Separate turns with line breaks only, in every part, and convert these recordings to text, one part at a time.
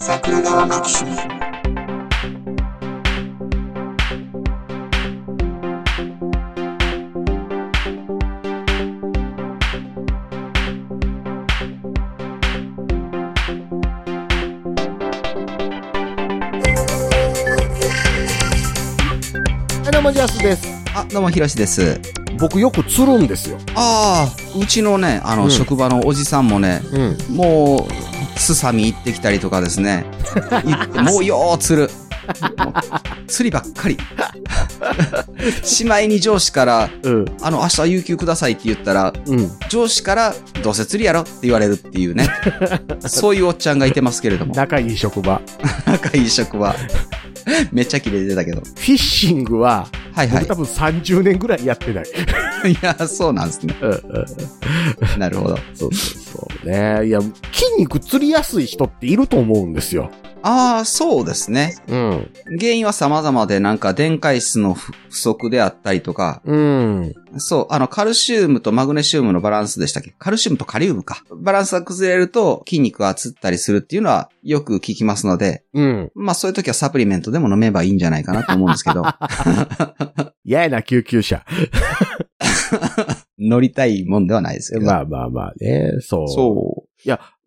桜川マキシム
はい、どうも、ジャスです。
あ、どうも、ひろしです。
僕よく釣るんですよ。
ああ、うちのね、あの、
うん
職場のおじさんもね、
うん。
もう、すさみ行ってきたりとかです ね。いもうよう釣る。もう釣りばっかり。しまいに上司から、
うん。
あの、明日有給くださいって言ったら、
うん。
上司から、どうせ釣りやろって言われるっていうね。そういうおっちゃんがいてますけれども、
仲いい職場。フ
仲いい職場。めっちゃ綺麗でたけど。
ィッシングは、
はいは
僕多分30年ぐらいやってない。
い。いや、そうなんですね。
うんうん
なるほど。
そうそうそう。ねいや、筋肉釣りやすい人っていると思うんですよ。
ああ、そうですね。
うん。
原因は様々で、なんか電解質の不不足であったりとか、
うん。
そう、あの、カルシウムとマグネシウムのバランスでしたっけカルシウムとカリウムか。バランスが崩れると筋肉がつったりするっていうのはよく聞きますので、
うん。
まあそういう時はサプリメントでも飲めばいいんじゃないかなと思うんですけ ど、
嫌やな、救急車。
乗りたいもんではないですけど。
まあまあまあね、そう。
そ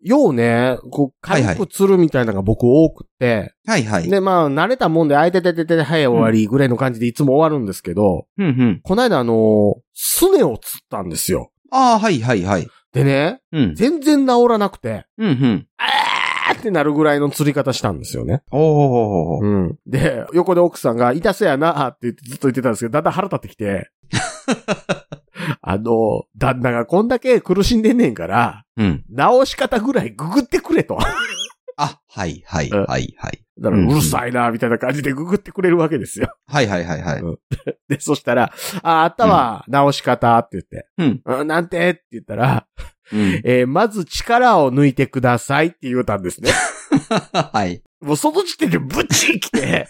ようね、こう、
はいは
軽
い
く釣るみたいなのが僕多くて、
う。はいはい。
で、まあ、慣れたもんで、あいてててて、はい、終わりぐらいの感じでいつも終わるんですけど、
うんうん。
こないだあの、すねを釣ったんですよ。
ああ、はいはいはい。
でね、
うん。
全然治らなくて、
うんうん。
あーってなるぐらいの釣り方したんですよね。
おー。
うん。で、横で奥さんが、痛そうやなーって言ってずっと言ってたんですけど、だんだん腹立ってきて、 あの、旦那がこんだけ苦しんでんねんから、
うん。
治し方ぐらいググってくれと。
あ、はいはいはいはい。
だから、うるさいなーみたいな感じでググってくれるわけですよ。
はいはいはいはい。
で、そしたら、あ、あったわ、直し方って言って、
うん。
うん、なんてって言ったら、
うん。
えーまず力を抜いてくださいって言うたんですね。
はい。
もうその時点でブチきて、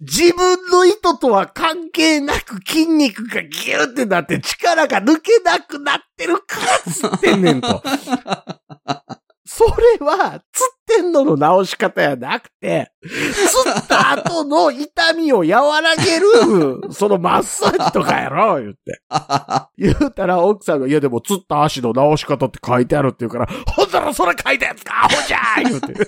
自分の意図とは関係なく筋肉がギューってなって力が抜けなくなってるから釣ってんねんと。それは釣ってんのの直し方やなくて、釣った後の痛みを和らげる、そのマッサージとかやろ、言って。言うたら奥さんが、いやでも釣った足の直し方って書いてあるって言うから、ほんだらそれ書いたやつか、アホじゃー言うて。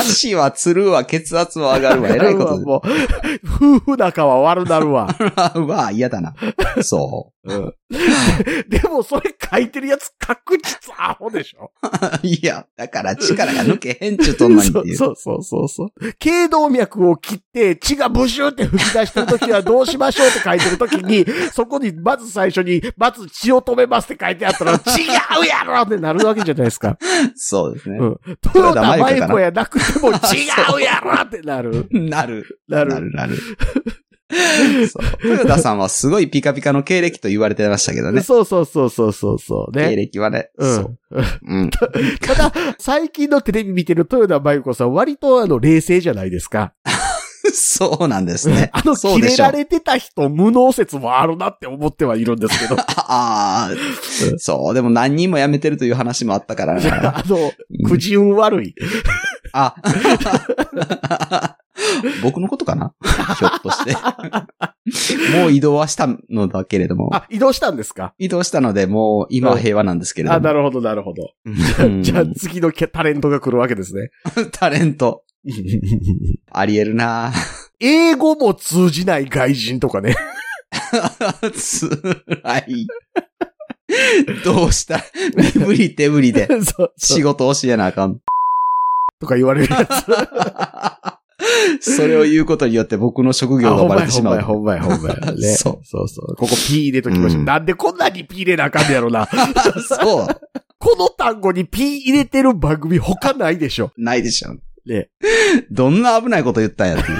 足はつるわ、血圧は上がるわ、えらい ことで。
もう、夫婦仲は悪なるわ。
うわ、嫌だな。そ
でもそれ書いてるやつ確実アホでしょ
う。いや、だから力が抜けへんちゅうとんのにっていう。
そうそうそうそうそう。頸動脈を切って血がブシューって吹き出してるときはどうしましょうって書いてるとき に、そこにまず最初に、まず血を止めますって書いてあったら違うやろってなるわけじゃないで すか。
そうですね
う。ん。トヨタマ
マイ
イ
コかな
コやなくても違うやろってなる。
なる。な
なる。
るなる。そう。豊田さんはすごいピカピカの経歴と言われてましたけどね。
そうそうそうそうそうそう。
経
ね。
歴はね。
う
そ
ん
う。。うん。
ただ、最近のテレビ見てる豊田真由子さん、割とあの、冷静じゃないですか。
そうなんですね。
あの、
そう
切
で
れ
しょ
ら
う。、
れてた人、無能説もあるなって思ってはいるんですけど
ああー、そう。でも何人も辞めて るという話もあったからな。
あの、苦人悪い。
あ、僕のことかなひょっとして。もう移動はしたのだけれども。
あ、移動したんですか
移動したので、もう今は平和なんですけれども。
あ、なるほど、なるほど。
うん
じゃあ、次のタレントが来るわけですね。
タレント。ありえるな
英語も通じない外人とか ね。
つらい。どうした身振り手振りで
そう、
仕事教えなあかん。
とか言われるやつ。
それを言うことによって僕の職業
あ
が
ほん
バ
ま
レ
や
て
ほ
し
ん
ま
ま
う
や。ほんまやほんまや。ね。
そう
そうそう。ここ P 入れときまし
う
ょう。
ん
なんでこんなに P 入れなあかんねやろな。
そう。
この単語に P 入れてる番組他ないでしょ。
ないでしょ。
ね。
どんな危ないこと言ったんやっていう。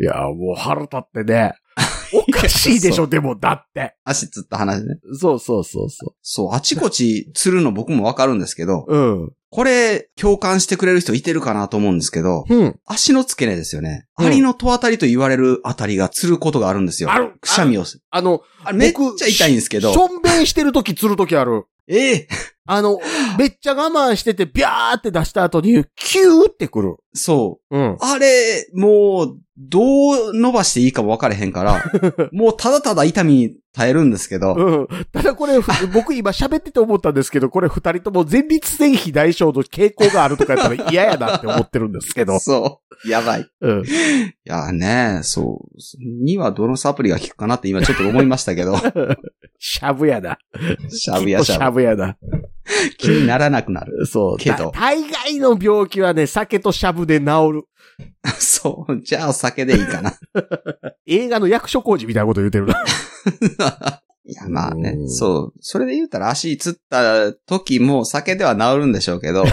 いや、もう腹立って ね。おかしいでしょ、でも、だって。
足つった話ね。
そうそうそうそ
そう、あちこち釣るの僕もわかるんですけ ど、
う。うん。
これ共感してくれる人いてるかなと思うんですけ ど、
うん。
足の付け根ですよね。
うん
アリの戸あたりと言われるあたりが釣ることがあるんですよ。
ある
くしゃみをする。
あの、
あれめっちゃ痛いんですけど
しょんべんしてるとき釣るときある。
ええ
あ の、めっちゃ我慢してて、ビャーって出した後に、キューってくる。
そう。
うん。
あれ、もう、どう伸ばしていいかも分かれへんから、 もうただただ痛みに耐えるんですけど、。
うん。ただこれ、ふ 僕今喋ってて思ったんですけど、これ二人とも前立腺肥大症の傾向があるとかやったら嫌やなって思ってるんですけど
そう。やばい。い
うん。
やね、そう。にはどのサプリが効くかなって今ちょっと思いましたけ ど、
しゃぶやな。
しゃぶやし
きっとしゃ
ゃぶ。
ぶやな。
気にならなくなる。
そう。
けど
だ大概の病気はね、酒としゃぶで治る。
そう。じゃあお酒でいい かな。
映画の役所工事みたいなこと言うて るな。
いや、まあね
う、ん
そう。それで言うたら足つった時も酒では治るんでしょうけ ど、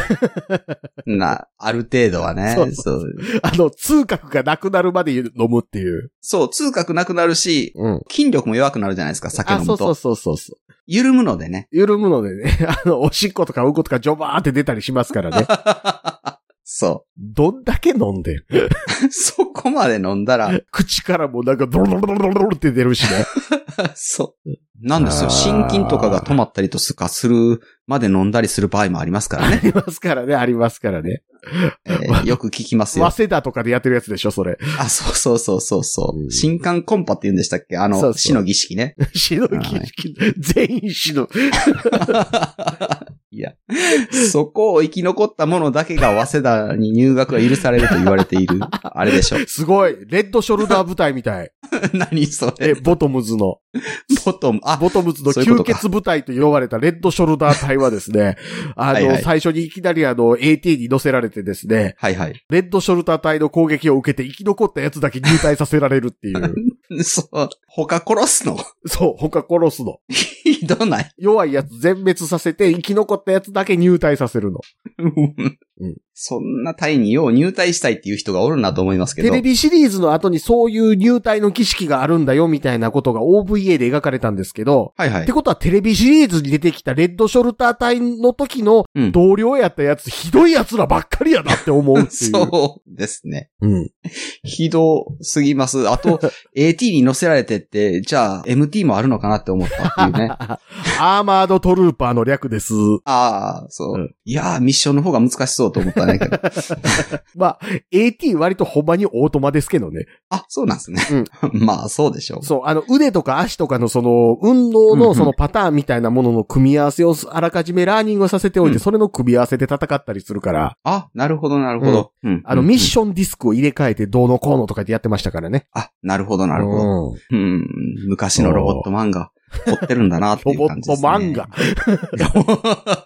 な、ある程度はね、
そう
そう。
あの、痛覚がなくなるまで飲むっていう。
そう、痛覚なくなるし、
うん。
筋力も弱くなるじゃないですか、酒飲
あ、
む
そ
と。
うそうそうそうそう。
緩むのでね。
緩むのでね、 あの、おしっことかうんことかジョバーって出たりしま すからね。
そ
どんだけ飲んでる
う。そこまで飲んだら、
口からもなんかドロドロドロドロドロって出るしね。
そう。なんですよ。
あー
心筋とかが止まったりとすかするまで飲んだりする場合もありますから
あ
ね。
りますからね、ありますからね。
えーよく聞きます
早
よ。
稲田とかでやってるやつでしょ、それ。
あ、そうそうそうそうそうう。
ん
新刊コンパって言うんでしたっけあ
そうそう
の、死の儀式ね。
死ぬ儀式、全員死ぬ。
いや、そこを生き残った者だけが早稲田に入学が許されると言われてい る、あれでしょ。
すごい、レッドショルダー部隊み たい。
何そ
え、
れ。
ボトムズの、
ボトム、あ、
ボトムズの
そういうこと
吸
か
血部隊と呼ばれたレッドショルダー隊はですね、あの、
はいはい
最初にいきなりあの、AT に乗せられてですね、
はいはい。
レッドショルダー隊の攻撃を受けて生き残ったやつだけ入隊させられるっ ていう。
そう、他殺すの
そう、他殺すの。
ひどない。
弱いやつ全滅させて生き残ったやつだけ入隊させるの。
うんそんなタイによう入隊したいっていう人がおるなと思いますけど。
テレビシリーズの後にそういう入隊の儀式があるんだよみたいなことが OVA で描かれたんですけど、
はいは
っ
い
て。ことはテレビシリーズに出てきたレッドショルター隊の時の
うん
同僚やったやつ、ひどいやつらばっかりやなって思うってい う。
そうですね。
うん。
ひどすぎます。あ と、AT に乗せられてって、じゃあ MT もあるのかなって思ったっていうね。
アーマードトルーパーの略です。
ああ、そう。
うん
いやー、ミッションの方が難しそうと思ったんだけど。
まあ、AT 割とほんまにオートマですけどね。
あ、そうなんですね。 まあ、そうでしょう。
そう、あの、腕とか足とかのその、運動
うんう
の
ん
そのパターンみたいなものの組み合わせをあらかじめラーニングをさせておいて、
うん
それの組み合わせで戦ったりするから、
あ、なるほど、なるほど。うん
あの、ミ
ョ
ッ
ン。
ションディスクを入れ替えてどうのこうのとかでやってましたからね。
あ、なるほど、なるほど。
ど。
うん、昔のロボット漫画、追ってるんだなって
ロ
いう
ボッ
感じ
ト
です、ね。
漫画。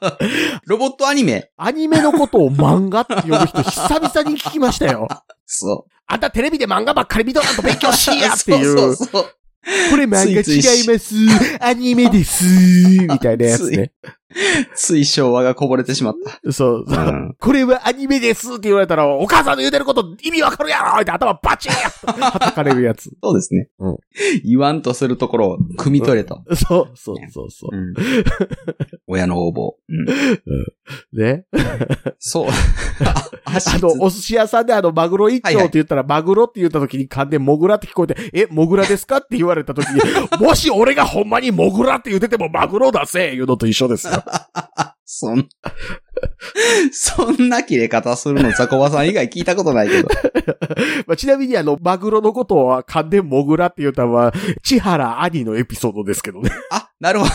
ロボットアニメ。
アニメのことを漫画って呼ぶ人久々に聞きました よ。
そ
あんたテレビで漫画ばっかり見とらんと勉強
う。
しいやって い。
そううそうそう
これ漫画違い
ついつい
ます。アニメです。みたいなやつね。
つい昭和がこぼれてしまっ
そう。
た。うん、
これはアニメですって言われたら、お母さんの言うてること意味わかるやろって頭バチ ーンと叩かれるやつ。
そうですね、
うん
言わんとするところを、汲み取れと。
そう、そう、そう、そ
うん親の応募。うん
う。ね。
そう。あ
あの、お寿司屋さんであの、マグロ一丁って言ったら、マグロって言った時に勘でモグラって聞こえて、え、モグラですかって言われた時に、もし俺がほんまにモグラって言っててもマグロだせ言うのと一緒ですよ。
そん、 そんな切れ方するの、ザコバさん以外聞いたことないけど。
まあ、ちなみにあの、マグロのことは勘でモグラって言ったのは、千原兄のエピソードですけどね。
あ、なるほど。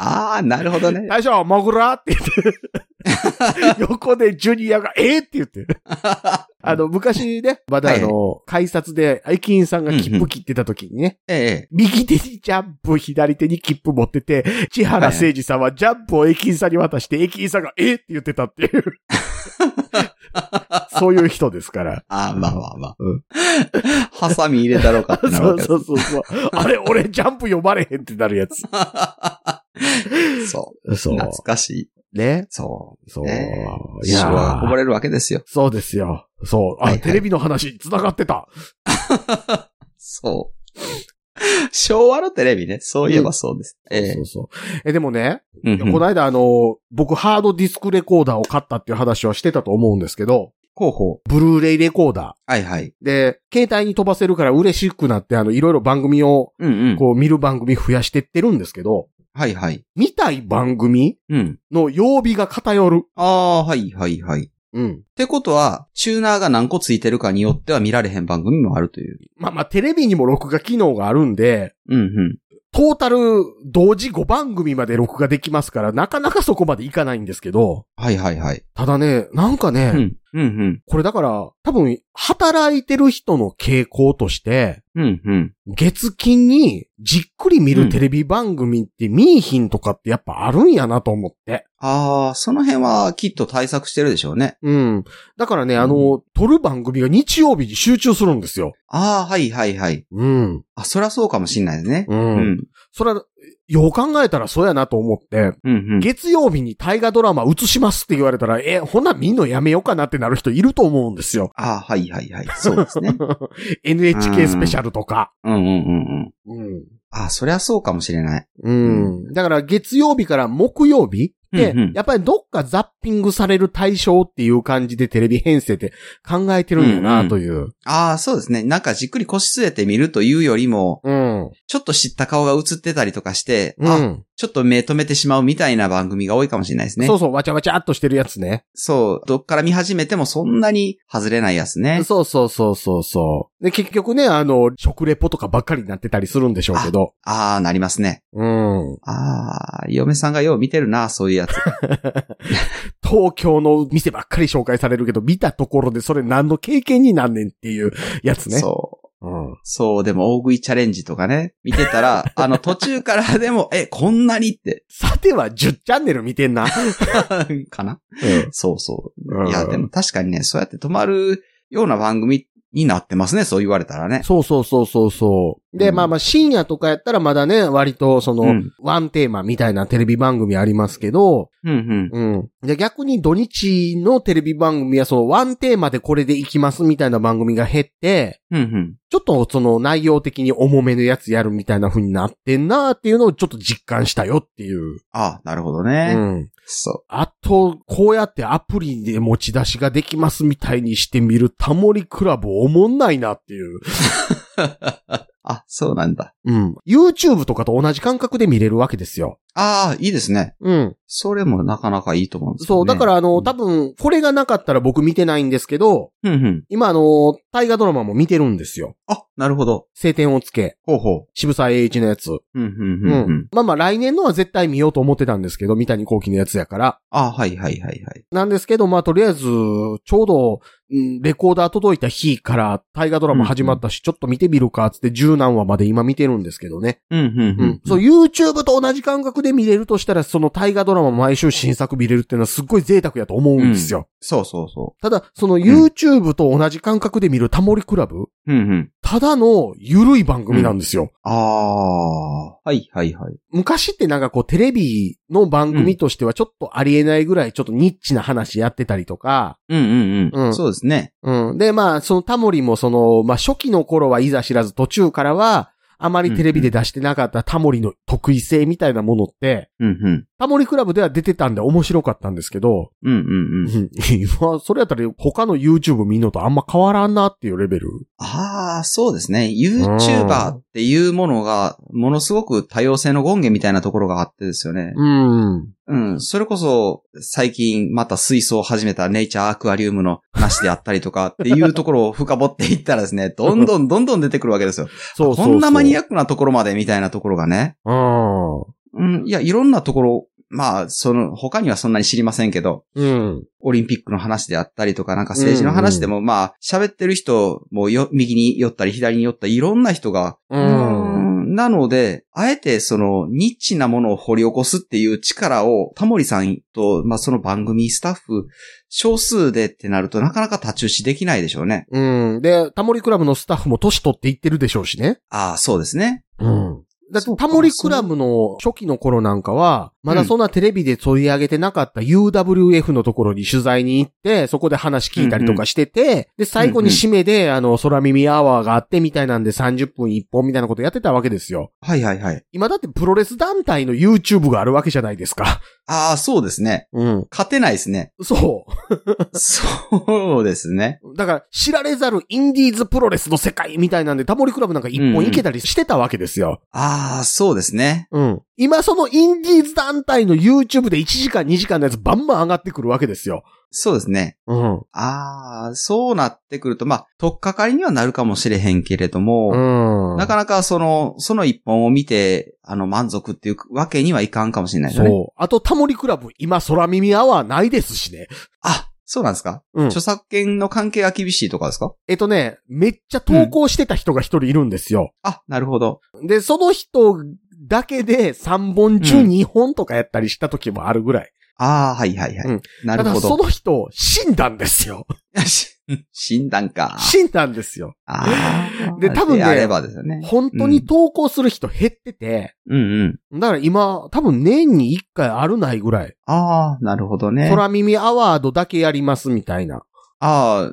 ああ、なるほどね。
大将、モグラって言って、横でジュニアが、えーって言って。あの、昔ね、まだあの、改札で駅員さんが切符切ってた時にね、
ええ。
右手にジャンプ、左手に切符持ってて、千原誠二さんはジャンプを駅員さんに渡して、駅員さんが、えーって言ってたって いう。そういう人ですから。
あーまあまあまあ。ハサミ入れたろうかってなる
そ
わ
う
け
そうそうそう。あれ、俺、ジャンプ読まれへんってなるやつ。
だ。そう。
そ
懐かしい。
ね。
そ。
そうう。
ねえ。
いや
昭和がこぼ
ー
れるわけですよ。
そうですよ。そう。あ、
はいはい
テレビの話、繋がってた。
そう。昭和のテレビね。そういえばそうです。え
そうそう。え、でもね、
えうんう
こ
ん。
の間あの、僕、ハードディスクレコーダーを買ったっていう話はしてたと思うんですけど、
広報。
ブルーレイレコーダ
はいはい。
ー。で、携帯に飛ばせるから嬉しくなって、あの、いろいろ番組を、
うんうん。
こう、見る番組増やしてってるんですけど、
はいはい。
見たい番組
うん。
の曜日が偏る。
ああ、はいはいはい。っ
うん。
てことは、チューナーが何個ついてるかによっては見られへん番組もあるという。
まあまあ、テレビにも録画機能があるんで、
うんうん。
トータル同時5番組まで録画できますから、なかなかそこまでいかないんですけど、
はいはいはい。
ただね、なんかね、
うん。うんうん。
これだから、多分、働いてる人の傾向として、
うんうん。
月金にじっくり見るテレビ番組って見いひんとかってやっぱあるんやなと思って。
ああ、その辺はきっと対策してるでしょうね。
うん。だからね、あの、撮る番組が日曜日に集中するんですよ。
ああ、はいはいはい。
うん。
あ、そりゃそうかもしんないですね。
う。
うんん。
それは、よう考えたらそうやなと思って、
うんうん。
月曜日に大河ドラマ映しますって言われたら、え、ほな見んのやめようかなってなる人いると思うんですよ。
ああ、はいはいはい。そうです ね。
NHK スペシャルとか。
うんうんうんうん。
うん。
ああ、そりゃそうかもしれない。
うん。だから月曜日から木曜日って
うんうん、
やっぱりどっかザッピングされる対象っていう感じでテレビ編成って考えてるんやなという。
ああ、そうですね。なんかじっくり腰据えて見るというよりも、
うん。
ちょっと知った顔が映ってたりとかして、
う
あ、
ん。
ちょっと目止めてしまうみたいな番組が多いかもしれないですね。
そ
そうう。
そう、わちゃわちゃっとしてるやつね。
どっから見始めてもそんなに外れないやつね。
そうそうそうそうそう。で、結局ね、あの、食レポとかばっかりになってたりするんでしょうけど。
ああ、なりますね。
うん。
ああ、嫁さんがよう見てるな、そういうやつ。
東京の店ばっかり紹介されるけど、見たところでそれ何の経験になんねんっていうやつね。
そう。
うん。
そう、でも大食いチャレンジとかね、見てた ら、あの途中からでも、え、こんなにって、
さては10チャンネル見てんな。
かな
う
そうそう。
ん
いや、でも。確かにね、そうやって止まるような番組になってますね、そう言われたらね。
そうそうそうそうそう。で、
うん
まあまあ深夜とかやったらまだね、割とその、
うん
ワンテーマみたいなテレビ番組ありますけど、
うんうん。
うん。じゃあ逆に土日のテレビ番組はそのワンテーマでこれでいきますみたいな番組が減って、
うんうん。
ちょっとその内容的に重めのやつやるみたいな風になってんなーっていうのをちょっと実感したよっていう。
ああ、なるほど
う
ね。
ん。
そ
あと、こうやってアプリで持ち出しができますみたいにしてみるタモリクラブおもんないなっていう。
う。あ、そうなんだ。
うん。YouTube とかと同じ感覚で見れるわけですよ。
ああ、いいですね。
うん。
それもなかなかいいと思うんですよ
そう。
ね。
だからあの、
うん
多分、これがなかったら僕見てないんですけど、
うんうん。
今あの、大河ドラマも見てるんですよ。
あ、なるほど。
晴天をつけ、
ほうほ
渋沢栄一のやつ。
う。うんうん
う
うんうん。
まあまあ来年のは絶対見ようと思ってたんですけど、三谷幸喜のやつやから。
あはいはいはいはい。
なんですけど、まあ、とりあえず、ちょうど、うんレコーダー届いた日から、大河ドラマ始まったし、ちょっと見てみるか、つって十何話まで今見てるんですけどね。
うんうんうん。
そう、YouTube と同じ感覚で見れるとしたら、その大河ドラマ毎週新作見れるっていうのはすっごい贅沢やと思うんですよ。
そうそうそ
ただ、その YouTube と同じ感覚で見るタモリクラブ、
う。うんうん。
ただの緩い番組なんですよ。
ああ、はいはいはい。
昔ってなんかこうテレビの番組としてはちょっとありえないぐらいちょっとニッチな話やってたりとか、
うんうんうん。
うん
そうですね。
うん。で、まあ、そのタモリもその、まあ、初期の頃はいざ知らず途中からは、あまりテレビで出してなかったタモリの得意性みたいなものって、
うんうん。
タモリクラブでは出てたんで面白かったんですけど、
うんうんうん。
今、それやったら他の YouTube 見んのとあんま変わらんなっていうレベル。
ああ、そうですね。YouTuber っていうものが、ものすごく多様性の権限みたいなところがあってですよね。
うん。
うん。それこそ、最近また水槽を始めたネイチャーアクアリウムの話であったりとかっていうところを深掘っていったらです ね、どんどんどんどん出てくるわけですよ。
そうそうそう。
こんなマニア
ッ
ックなところまでみたいなところがね。う
ク。
ん。いや、いろんなところ、まあ、その、他にはそんなに知りませんけど、
うん。
オリンピックの話であったりとか、なんか政治の話でも、まあ、喋ってる人もよ、右に寄ったり左に寄ったり、いろんな人が、
うん。
うんなので、あえてその、ニッチなものを掘り起こすっていう力を、タモリさんと、まあ、その番組スタッフ、少数でってなると、なかなか太刀打ちできないでしょうね。
うん。で、タモリクラブのスタッフも年取っていってるでしょうしね。
ああ、そうですね。
うん。だって
そうか
タモリクラブの初期の頃なんかは、まだそんなテレビで取り上げてなかった UWF のところに取材に行って、そこで話聞いたりとかしてて、で、最後に締めで、あの、空耳アワーがあってみたいなんで30分1本みたいなことやってたわけですよ。
はいはいはい。
今だってプロレス団体の YouTube があるわけじゃないですか。
ああ、そうですね。
うん。
勝てないです ね。
そ
そうですね。
う。だから、知られざるインディーズプロレスの世界みたいなんで、タモリクラブなんか一本いけたりしてたわけですよ。
あああ、そうですね。
うん。今そのインディーズ団体の YouTube で1時間2時間のやつバンバン上がってくるわけですよ。
そうですね。
うん。
ああ、そうなってくると、まあ、とっかかりにはなるかもしれへんけれども、
うん。
なかなかその、その一本を見て、あの、満足っていうわけにはいかんかもしれないですね。
そう。あと、タモリクラブ、今、空耳アワーないですしね。
あ、そうなんですか、
うん
著作権の関係が厳しいとかですか
えっとね、めっちゃ投稿してた人が一人いるんですよ。
あ、なるほど。
で、その人だけで3本中
うん
2本とかやったりした時もあるぐらい。
ああ、はいはいはい。
うん
なる
た
ほ
だ、そ
ど。
の人、死んだんですよ。
診断か。
死んだんですよ。
あー
で多分
で
ね
あればですよね。
本当に投稿する人減ってて、
うんうん。
だから今、多分年に1回あるないぐらい、
ああ、なるほどね。
空耳アワードだけやりますみたいな。
ああ、う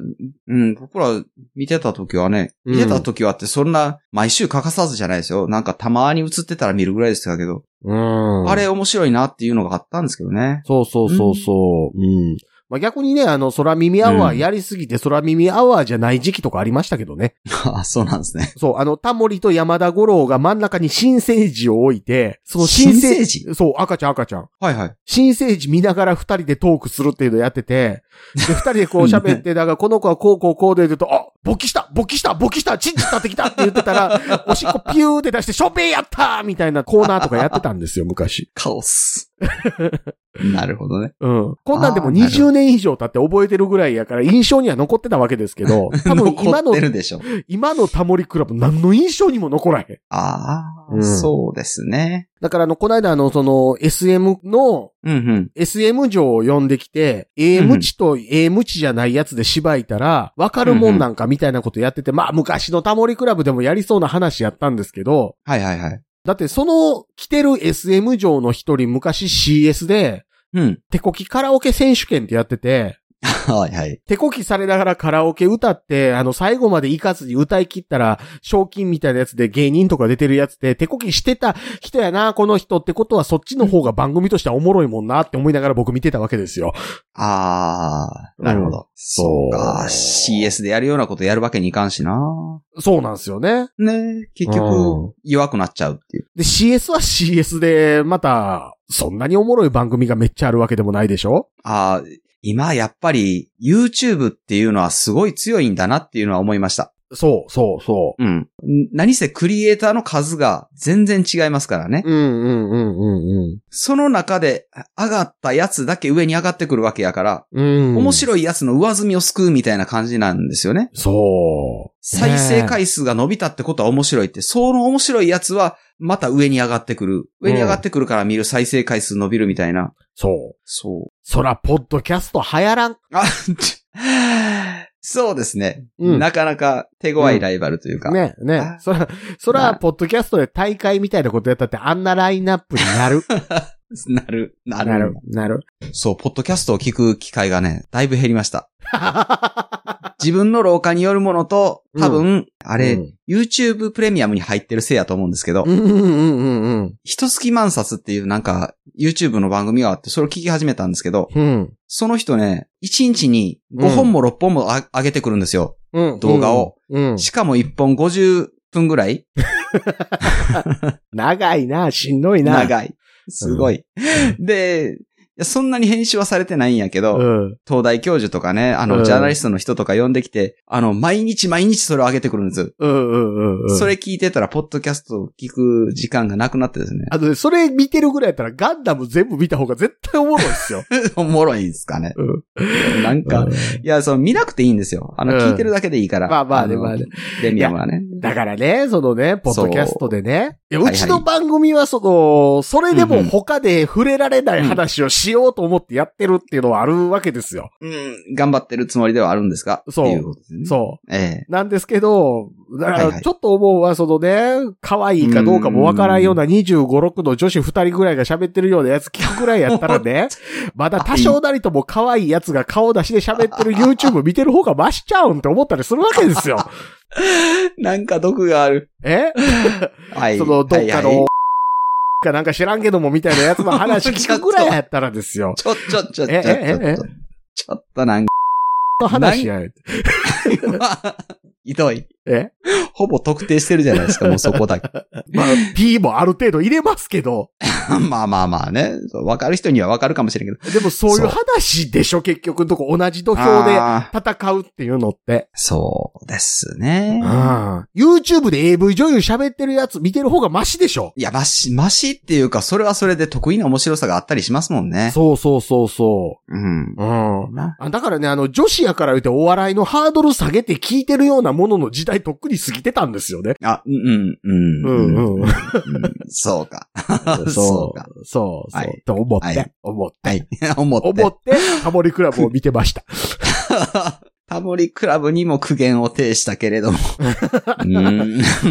ん、僕ら見てた時はね、
うん
見てた時はってそんな毎週欠かさずじゃないですよ。なんかたまに映ってたら見るぐらいでしたけど、
うん。
あれ面白いなっていうのがあったんですけどね。
そうそうそうそう。うん。まあ、逆にね、あの、空耳アワーやりすぎて空耳アワーじゃない時期とかありましたけどね。
ああ、そうなんですね。
そう、あの、タモリと山田五郎が真ん中に新生児を置いて、その新
新生
生児そう、赤ちゃん赤ちゃん。
はいはい。
新生児見ながら二人でトークするっていうのやってて、で、二人 でこう喋って、だからこの子はこうこうこうで言うと、あ勃起した勃起した勃起したチンチ立ってきたって言ってた ら、おしっこピューって出して、ショベやったーみたいなコーナーとかやってたんですよ、昔。
カオス。 なるほどね。
うん。こんなんでも
あーなるほど
20年以上経って覚えてるぐらいやから印象には残ってたわけですけ ど、多分今
残
の
って、るでしょ。
今のタモリクラブ何の印象にも残らへん。
ああ、
うん
そうですね。
だからあの、こないだあの、その SM の
うんうん。
SM 嬢を呼んできて、ええ無知とええ無知じゃないやつで芝いたら、わかるもんなんかみたいなことやってて、まあ昔のタモリクラブでもやりそうな話やったんですけど、
はいはいはい。
だってその来てる SM 嬢の一人昔 CS で、
うん。
手こきカラオケ選手権ってやってて、
はいはい。
手こきされながらカラオケ歌って、あの、最後まで行かずに歌い切ったら、賞金みたいなやつで芸人とか出てるやつで、手こきしてた人やな、この人ってことは、そっちの方が番組としてはおもろいもんなって思いながら僕見てたわけですよ。
ああ、なるほど。
うん
そうか。
そう
CS でやるようなことやるわけにいかんしな。
そうなんですよね。
ね結
う
局、弱くなっちゃうっていう。
で、CS は CS で、また、そんなにおもろい番組がめっちゃあるわけでもないでしょ
ああ、今やっぱり YouTube っていうのはすごい強いんだなっていうのは思いました。
そう、そう、そ
うん。ん何せクリエイターの数が全然違いますからね。
う。うん、うん、うん、うん、
その中で上がったやつだけ上に上がってくるわけやから、
うん。うん。
面白いやつの上積みを救うみたいな感じなんですよね。
そう。
再生回数が伸びたってことは面白いって、その面白いやつはまた上に上がってくる。上に上がってくるから見る再生回数伸びるみたいな。
そう。
そう。
そら、ポッドキャスト流行らん。
あ、ちそうですね、
うん
なかなか手強いライバルというか。
ね、ね
あ。
そら、そ
ま
ら、
あ
ポッドキャストで大会みたいなことやったって、あんなラインナップにな る。
なる、なる
なる、なる。
そう、ポッドキャストを聞く機会がね、だいぶ減りました。自分の老化によるものと、多分、あ
あ
れ、
うん、
YouTube プレミアムに入ってるせいやと思うんですけど、
うん、うん、うん、
一月万冊っていうなんか、YouTube の番組があって、それを聞き始めたんですけど、
うん。うん。
その人ね、1日に
う
5
ん
本も6本もあ上げてくるんですよ。
うん。
動画を。
うん。
しかも1本50分ぐらい
長いな、しんどいな。い。
長い。すごい。で、いやそんなに編集はされてないんやけど、
うん。
東大教授とかね、あ
うん
の、ジャーナリストの人とか呼んできて、あの、毎日毎日それを上げてくるんです。
うん、うん、うん。
それ聞いてたら、ポッドキャストを聞く時間がなくなってですね。
あのね、それ見てるぐらいやったらガンダム全部見た方が絶対おもろいっ すよ。
おもろいですかね。
うん。
なんか、いや、その見なくていいんですよ。あの、
うん
聞いてるだけでいいから。
まあまあね
の
まあね
プレミアムはね。
だからね、そのね、ポッドキャストでね。いや
はい
う
はい
ちの番組はその、それで
う
も
んうん
他で触れられない話をしようと思ってやってるっていうのはあるわけですよ。
うん、頑張ってるつもりではあるんですが。
そう
っていうことですね。
そう。
ええ。
なんですけど、だか
はい
ら
はい
ちょっと思うは、そのね、可愛いかどうかもわからんような25、6の女子2人ぐらいが喋ってるようなやつ聞くぐらいやった らね、まだ多少なりとも可愛いやつが顔出しで喋ってる YouTube 見てる方がマシちゃうんって思ったりするわけですよ。
なんか毒がある。
え
はい。
その、どっか
はいは
の
い、
かなんか知らんけどもみたいなやつの話聞くぐ らいやったらですよ。
ちょ、ちょ、ちょ、ちょ、
ええ
ちょ
ええ
ちょ、ちょっとなんか、
の話や。
ひどい。
え
ほぼ特定してるじゃない ですか、もうそこだけ。
まあ、P もある程度入れますけど、
まあまあまあね。そうわかる人にはわかるかもしれんけど。
でもそういう話でしょ、結局のとこ同じ土俵で
あー
戦うっていうのって。
そうですね。
うん。YouTube で AV 女優喋ってるやつ見てる方がマシでしょ。
いや、まし、ましっていうか、それはそれで得意な面白さがあったりしますもんね。
そうそうそうそ
うん。
う。うん。
な
あだからね、あの、女子やから言うてお笑いのハードル下げて聞いてるようなものの時代とっくに過ぎてたんですよね。
あ、うん、うん、
うんうん
うん。そうか。そうか。
う。そう、そう、
はい
と思って、
はい
思っ て、
はい。思って。
思って、ハモリクラブを見て ました。
タモリクラブにも苦言を呈したけれ ども。うーんう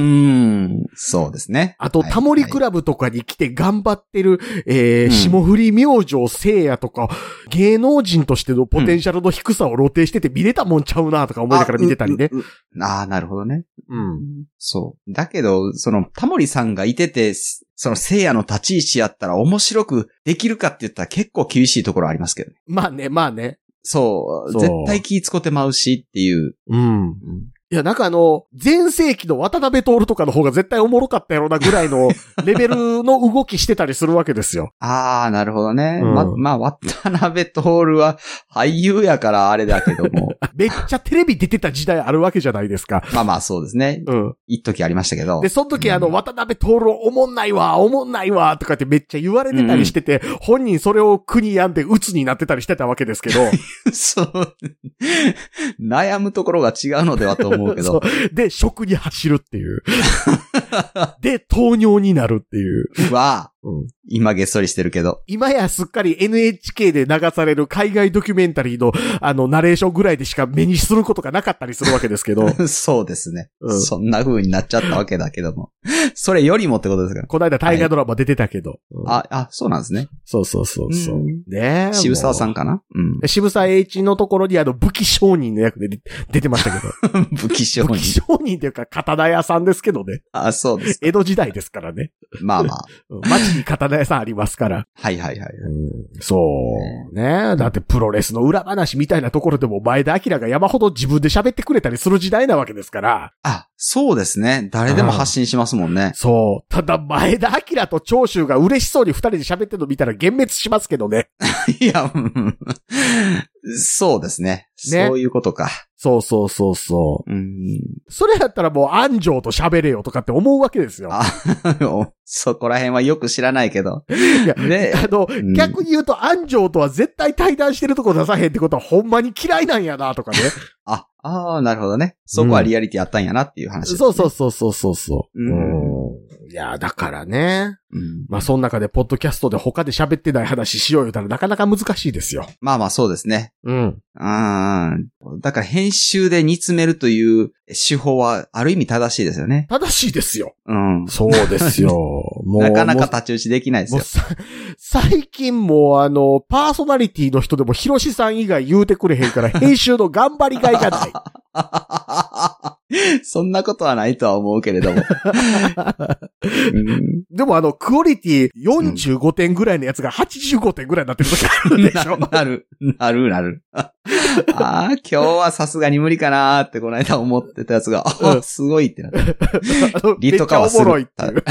んそうですね。
あと、タモリク
ラ
ラブとかに来て頑張ってる、え
う
ー、
ん
霜降り明星聖夜とか、芸能人としてのポテンシャルの低さを露呈してて見れたもんちゃうなとか思いながら見てたりね。。
ああー、なるほどね。
うん。
そう。だけど、その、タモリさんがいてて、その、聖夜の立ち位置やったら面白くできるかって言ったら結構厳しいところありますけどね。
まあね、まあね。
そう。
そう
絶対気使ってまうしっていう。
うん。いや、なんかあの、前世紀の渡辺徹とかの方が絶対おもろかったやろなぐら いのレベルの動きしてたりするわけですよ。
ああ、なるほどね。
うん
ま、まあ、渡辺徹は俳優やからあれだけど も。
めっちゃテレビ出てた時代あるわけじゃないですか。
まあまあ、そうですね。
うん。
一時ありましたけど
で、。その時あ
う
の、
ん
渡辺徹おもんないわ、おもんないわ、とかってめっちゃ言われてたりしてて、本人それを苦に病んで鬱になってたりしてたわけですけど、
そう。悩むところが違うのではと思うけ
そう
ど。
で、食に走るって いう。で、糖尿になるっていう。
は、
うん
今げっそりしてるけど。
今やすっかり NHK で流される海外ドキュメンタリーの、あの、ナレーションぐらいでしか目にすることがなかったりするわけです けど、
そうですね、
うん
そんな風になっちゃったわけだけども。それよりもってことですから。
この間大河ドラマ出てたけど。うん
あ、あ、そうなんですね。
そうそうそうそ
う
う。
ん
ねえ。
渋沢さん
も
かなうん
う。。渋沢栄一のところにあの、武器商人の役で出出てましたけ
武器商
ど。武器
人。
商人っていうか、刀屋さんですけどね。
あ、そうです。
江戸時代ですからね。
まあまあ。
うん街に刀屋さんありますから。
はいはいはい。
そう。ねえ。だってプロレスの裏話みたいなところでも前田明が山ほど自分で喋ってくれたりする時代なわけですから。
あ、そうですね。誰でも発信しますもんね。
そう。ただ、前田明と長州が嬉しそうに二人で喋ってるの見たら幻滅しますけどね。
いや、うんそうですね
ね
そういうことか。
そうそうそうそ
うん。
う。それやったらもう安城と喋れよとかって思うわけですよ。
あそこら辺はよく知らないけど。
いや
ね
あの、
ん
逆に言うと安城とは絶対対談してるとこ出さへんってことはほんまに嫌いなんやなとかね。
あ、ああ、なるほどね。そこはリアリティあったんやなっていう話、
そうそうそうそうそうそう。
う
うんいや、だからね。
うん
まあ、その中でポッドキャストで他で喋ってない話しよう言うたらなかなか難しいですよ。
まあまあそうですね。
うん。
うん。だから編集で煮詰めるという手法はある意味正しいですよね。
正しいですよ。
うん。
そう ですよ。も
なかなか太刀打ちできないです
もう
よ。
さ、最近もうあの、パーソナリティの人でも、ヒロシさん以外言うてくれへんから、編集の頑張りがいじゃ ない。
そんなことはないとは思うけれ ども。うん
でもあの、クオリティ45点ぐらいのやつが85点ぐらいになってる時あるでしょ。
ななる、なる、なる。 ああ、今日はさすがに無理かなーってこの間思ってたやつが、
う
あ
ん
すごいって なっ
あのめ
リ
っ
と
ち
か
ゃお
はする
もろいっていう。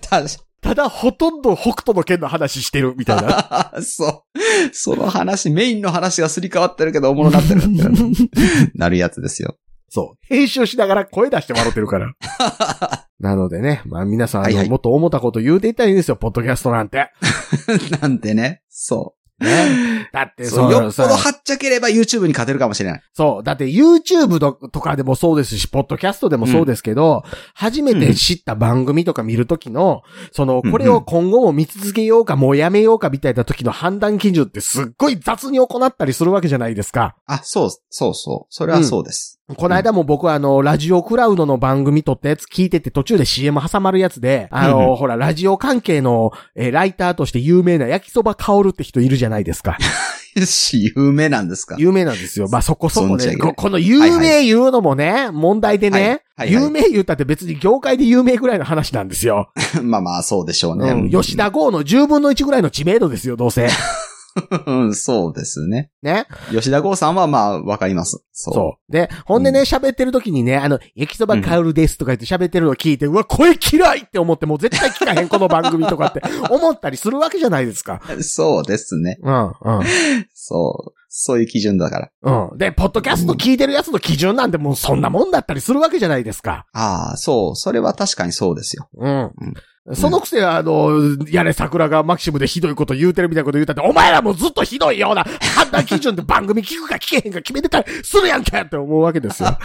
た。確
ただ、ほとんど北斗の剣の話してるみたいな。
かそう。その話、メインの話がすり替わってるけど、おもろなってるってなるなるやつですよ。
そう。編集しながら声出して笑って るから。なのでね、まあ皆さん、あの
はいはい
もっと思ったこと言うていったらいいんですよ、ポッドキャストなんて。
なんてね。そ
ね。だって
う。
そ
そう
う
よっぽ
さ
どはっちゃければ YouTube に勝てるかもしれない。
そう。だって YouTube ととかでもそうですし、ポッドキャストでもそうですけど、初めて知った番組とか見るときの、その、
うん
これを今後も見続けようか、もうやめようかみたいな時の判断基準ってすっごい雑に行ったりするわけじゃないですか。
あ、そう、そうそう。それはそうです。
この間も僕はあの、ラジオクラウドの番組撮ったやつ聞いてて途中で CM 挟まるやつで、あ
うんう
の、ほら、ラジオ関係の、えーライターとして有名な焼きそば薫って人いるじゃないで すか。
し、有名なんですか
有名なんですよ。まあ、そこそこ
存じ上
ね。
げない
ここの有名言うのもね、問題でね、
はいはいはい
有名言ったって別に業界で有名ぐらいの話なんですよ。
まあまあ、そうでしょうね。
うん吉田豪の10分の1ぐらいの知名度ですよ、どうせ。
うんそうですね。
ね。
吉田剛さんはまあ、わかります。そう。
そう。で、ほんでね、
う
喋ってる時にね、あの、焼きそばカウルですとか言って喋ってるのを聞いて、うわ、声嫌いって思って、もう絶対聞かへん、この番組とか って思ったりするわけじゃないですか。
そうですね。
うん、うん。
そう。そういう基準だから。
うん。で、ポッドキャスト聞いてるやつの基準なんてもうそんなもんだったりするわけじゃないですか。
ああ、そう。それは確かにそうですよ。
うん。そのくせ、あの、やれ桜がマキシムでひどいこと言うてるみたいなこと言うたって、お前らもずっとひどいような判断基準で番組聞くか聞けへんか決めてたりするやんけって思うわけですよ。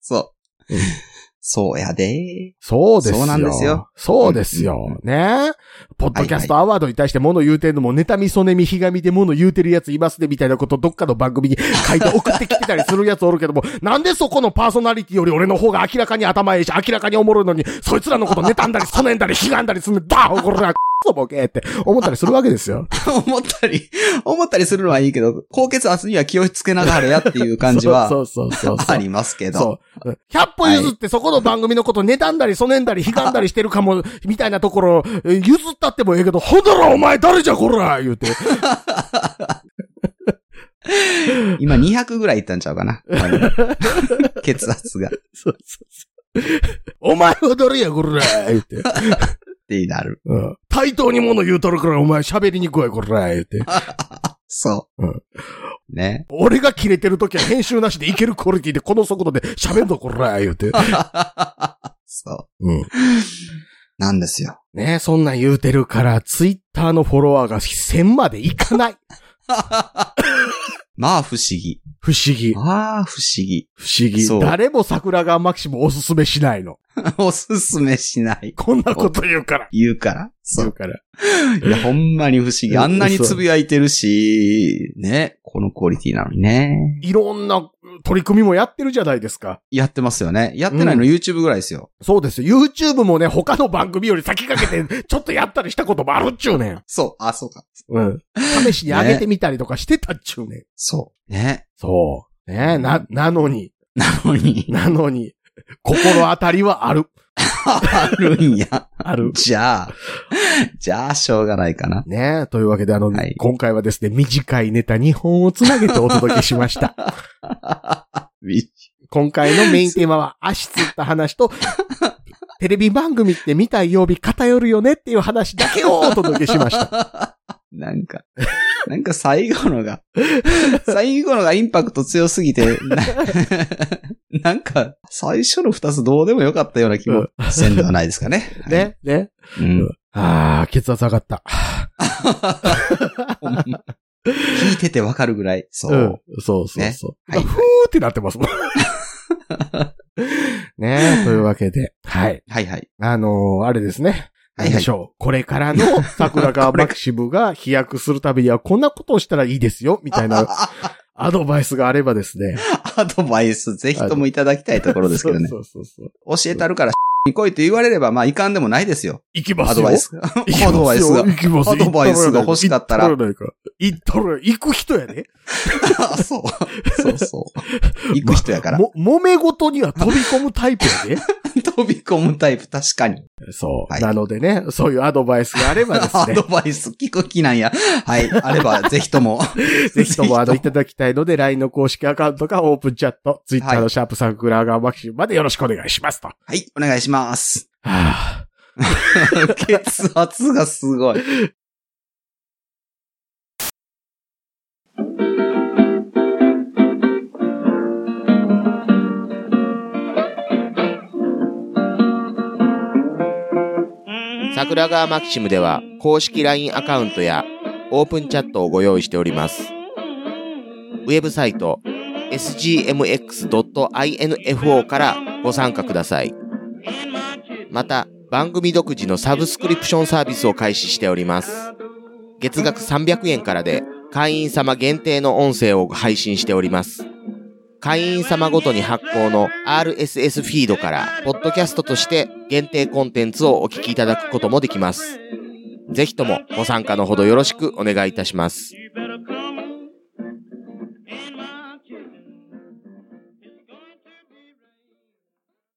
そう。
うん
そうやで。
そうですよ。
そうなんですよ。
そうですよ。ねポッドキャストアワードに対して物言うてんのも、妬み、そねみ、ひがみで物言うてるやついますね、みたいなことどっかの番組に書いて送ってきてたりするやつおるけども、 なんでそこのパーソナリティより俺の方が明らかに頭いいし、明らかにおもろいのに、そいつらのこと妬んだり、そねんだり、ひがんだりするんだ、これだ、クソボケって思ったりするわけ ですよ。
思ったり、思ったりするのはいいけど、高血圧には気をつけながらやっていう感じ
そ
は、
うそうそうそう
あ。りますけど。
そう。100歩譲ってそこの番組のこと妬んだり、そねんだり、悲願だりしてるかも、 みたいなところ、え譲ったってもええけど、ほんだらお前誰じゃこら言う て。
今200ぐらいいったんちゃうかな。あの 血圧が。っ
そうそうそう。お前は誰やこら言う て。
てなる。
うん対等に物言うとるからお前喋りにくいこら言う て。
そう。
うん
ね。
俺がキレてる時は編集なしでいけるクオリティでこの速度で喋んぞこら言うて。
そう。
うん。
なんですよ。
ねそんなん言うてるから、ツイッターのフォロワーが1000までいかない。
まあ不思議。
不思議。
まあ不思議。
不思議
そ。う
誰も桜川マキシムおすすめしないの。
おすすめしない。
こんなこと言うから。
言うから。そ
言
う
う。から。
いや、ほんまに不思議。あんなにつぶやいてるし、ね。このクオリティなのにね。
いろんな取り組みもやってるじゃないですか。
やってますよね。やってないの YouTube ぐらいですよ。
そうですよ。YouTube もね、他の番組より先駆けて、ち ょっとやったりしたこともあるっちゅうねん。
そう。あ、そうか。
うん。試しに上げてみたりとかしてたっちゅうねん。
そう。ね。
そう。ねえ、な、なのに、
なのに、
なのに、心当たりはある。
あるんや。
ある。
じゃあ、じゃあ、しょうがないかな。
ねえ、というわけであの、
はい
今回はですね、短いネタ2本をつなげてお届けしま した。
み
今回のメインテーマは、足つった話 と、テレビ番組って見た曜日偏るよねっていう話だけをお届けしました。
なんか、なんか最後のが、最後のがインパクト強すぎて、 ななんか、最初の二つどうでもよかったような気もせんではないですかね。はい。
ね、ね。
うん。
ああ、血圧上がった。
ほんま聞いててわかるぐらい、そう。
うん。そうそうそう。
ねはい
ふーってなってますも ん。ねえ、というわけで。はい。
はいはい。
あのーあれですね。
はい
何
は
で
い
し。ょう。これからの 桜川マキシムが飛躍するためにはこんなことをしたらいいですよ、みたい な
あ
アドバイスがあればですね。
アドバイス、ぜひともいただきたいところですけどね。
そうそうそうそう。
教えたるから、に来いと言われれば、まあ、いかんでもないですよ。
いきま
ア
す
ド
よ
バ イ。ス。アドバイスが。
行きますよ
アドバイスが欲しかったら
行っとるやないか。行っとる行く人やで。
あそう。そうそう。行く人やから。
も、揉め事には飛び込むタイプや
飛び込むタイプ、確かに。
で。そう、
はい
なのでね、そういうアドバイスがあればで
ア
す
ド
ね、
バイス聞く気なんや。はい。あれ ば、ぜひとも。
ぜひともあの、いただきたいので、LINE の公式アカウントかオープンチャット、Twitter のシャープサンクラガーマキシムまでよろしくお願いしますと。は
はい、お願いし ます。
あ
血圧がすごい。
桜川マキシムでは公式 LINE アカウントやオープンチャットをご用意しておりますウェブサイト sgmx.info からご参加くださいまた番組独自のサブスクリプションサービスを開始しております月額300円からで会員様限定の音声を配信しております会員様ごとに発行の RSS フィードから、ポッドキャストとして限定コンテンツをお聞きいただくこともできます。ぜひともご参加のほどよろしくお願いいたします。
「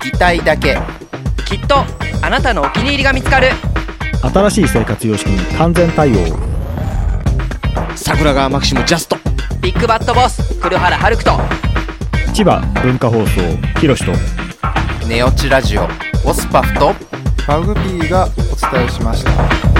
聞きたいだけ
きっとあなたのお気に入りが見つかる
新しい生活様式に完全対応
桜川マキシムジャスト。
ビッグバットボス黒原遥人
千葉文化放送ひろしと
ネオチラジオオスパフと
マグピーがお伝えしました